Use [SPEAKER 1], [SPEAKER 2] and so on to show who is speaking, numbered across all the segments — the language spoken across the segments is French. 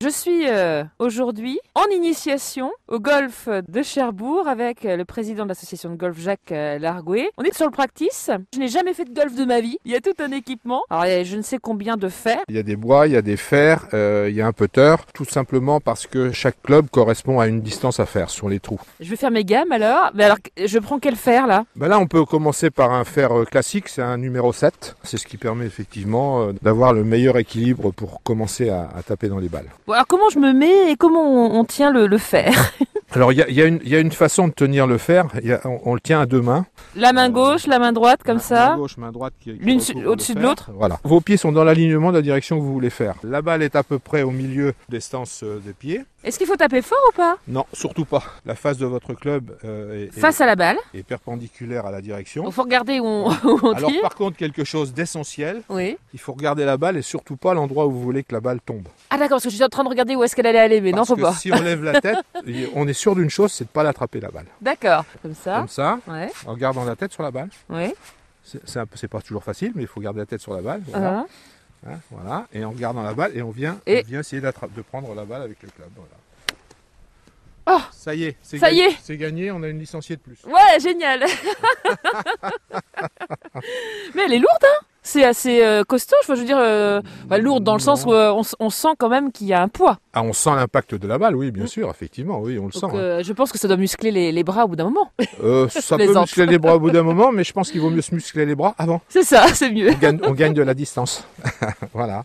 [SPEAKER 1] Je suis euh, aujourd'hui en initiation au golf de Cherbourg avec euh, le président de l'association de golf Jacques euh, Largoué. On est sur le practice. Je n'ai jamais fait de golf de ma vie. Il y a tout un équipement. Alors il y a je ne sais combien de fers.
[SPEAKER 2] Il y a des bois, il y a des fers, euh, il y a un putter, tout simplement parce que chaque club correspond à une distance à faire sur les trous.
[SPEAKER 1] Je vais faire mes gammes alors. Mais alors je prends quel fer là
[SPEAKER 2] Ben là, on peut commencer par un fer euh, classique, c'est un numéro 7. C'est ce qui permet effectivement euh, d'avoir le meilleur équilibre pour commencer à, à taper dans les balles.
[SPEAKER 1] Bon, Alors comment je me mets et comment on, on tient le, le fer
[SPEAKER 2] Alors, il y a, il y a une, il y a une façon de tenir le fer, il y a- on, on le tient à deux mains.
[SPEAKER 1] La main gauche, la main droite comme
[SPEAKER 2] Main- main
[SPEAKER 1] ça.
[SPEAKER 2] gauche, main droite qui- qui
[SPEAKER 1] L'une su-
[SPEAKER 2] recouvre le
[SPEAKER 1] au-dessus de
[SPEAKER 2] fer.
[SPEAKER 1] l'autre
[SPEAKER 2] Voilà. Vos pieds sont dans l'alignement de la direction que vous voulez faire. La balle est à peu près au milieu des stances euh, des pieds.
[SPEAKER 1] Est-ce qu'il faut taper fort ou pas
[SPEAKER 2] Non, surtout pas. La face de votre club euh, est, est-
[SPEAKER 1] Face à la balle.
[SPEAKER 2] est perpendiculaire à la direction.
[SPEAKER 1] Il faut regarder où on, où on
[SPEAKER 2] Alors
[SPEAKER 1] tire.
[SPEAKER 2] par contre, quelque chose d'essentiel,
[SPEAKER 1] Oui.
[SPEAKER 2] il faut regarder la balle et surtout pas l'endroit où vous voulez que la balle tombe.
[SPEAKER 1] Ah d'accord, parce que je suis en train de regarder où est-ce qu'elle allait aller, mais non,
[SPEAKER 2] Parce
[SPEAKER 1] faut
[SPEAKER 2] que
[SPEAKER 1] pas.
[SPEAKER 2] si on lève la tête, on est sûr d'une chose, c'est de pas l'attraper la balle.
[SPEAKER 1] D'accord. Comme ça.
[SPEAKER 2] Comme ça,
[SPEAKER 1] Ouais,
[SPEAKER 2] en gardant la tête sur la balle.
[SPEAKER 1] ouais.
[SPEAKER 2] C'est c'est un peu- c'est pas toujours facile, mais il faut garder la tête sur la balle. Voilà.
[SPEAKER 1] Hein.
[SPEAKER 2] Hein, voilà. Et en gardant la balle, et on vient,
[SPEAKER 1] Et-
[SPEAKER 2] on vient essayer d'attra- de prendre la balle avec le club. Voilà.
[SPEAKER 1] Oh
[SPEAKER 2] ça y est, c'est
[SPEAKER 1] Ça y
[SPEAKER 2] gagné-
[SPEAKER 1] est
[SPEAKER 2] c'est gagné, on a une licenciée de plus.
[SPEAKER 1] Ouais, génial. Mais elle est lourde, hein C'est assez euh, costaud. Je veux je veux dire, euh, bah, lourde dans le sens où euh, on, s- on sent quand même qu'il y a un poids.
[SPEAKER 2] Ah, on sent l'impact de la balle, oui, bien
[SPEAKER 1] Mm.
[SPEAKER 2] sûr, effectivement, oui, on le sent.
[SPEAKER 1] Donc,
[SPEAKER 2] hein.
[SPEAKER 1] euh, je pense que ça doit muscler les, les bras au bout d'un moment.
[SPEAKER 2] Euh, ça peut
[SPEAKER 1] plaisante.
[SPEAKER 2] muscler les bras au bout d'un moment, mais je pense qu'il vaut mieux se muscler les bras avant.
[SPEAKER 1] C'est ça, c'est mieux.
[SPEAKER 2] On gagne, on gagne de la distance. voilà.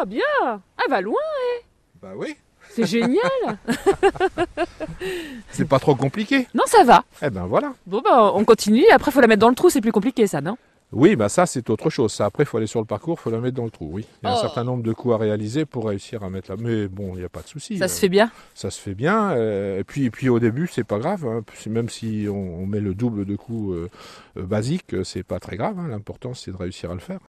[SPEAKER 1] Ah bien. Ah va loin.
[SPEAKER 2] Bah oui.
[SPEAKER 1] C'est génial.
[SPEAKER 2] C'est pas trop compliqué.
[SPEAKER 1] Non, ça va.
[SPEAKER 2] Eh ben voilà.
[SPEAKER 1] Bon bah on continue. Après, faut la mettre dans le trou. C'est plus compliqué, ça, non
[SPEAKER 2] Oui, bah ça c'est autre chose. Ça, après, il faut aller sur le parcours, il faut la mettre dans le trou. Oui. Il y a
[SPEAKER 1] Oh.
[SPEAKER 2] un certain nombre de coups à réaliser pour réussir à mettre la. Mais bon, il n'y a pas de souci.
[SPEAKER 1] Ça
[SPEAKER 2] Euh,
[SPEAKER 1] se fait bien.
[SPEAKER 2] Ça se fait bien. euh, et puis, et puis au début, c'est pas grave. hein, puis Même si on, on met le double de coups euh, euh, basique, euh, c'est pas très grave. hein, L'important, c'est de réussir à le faire.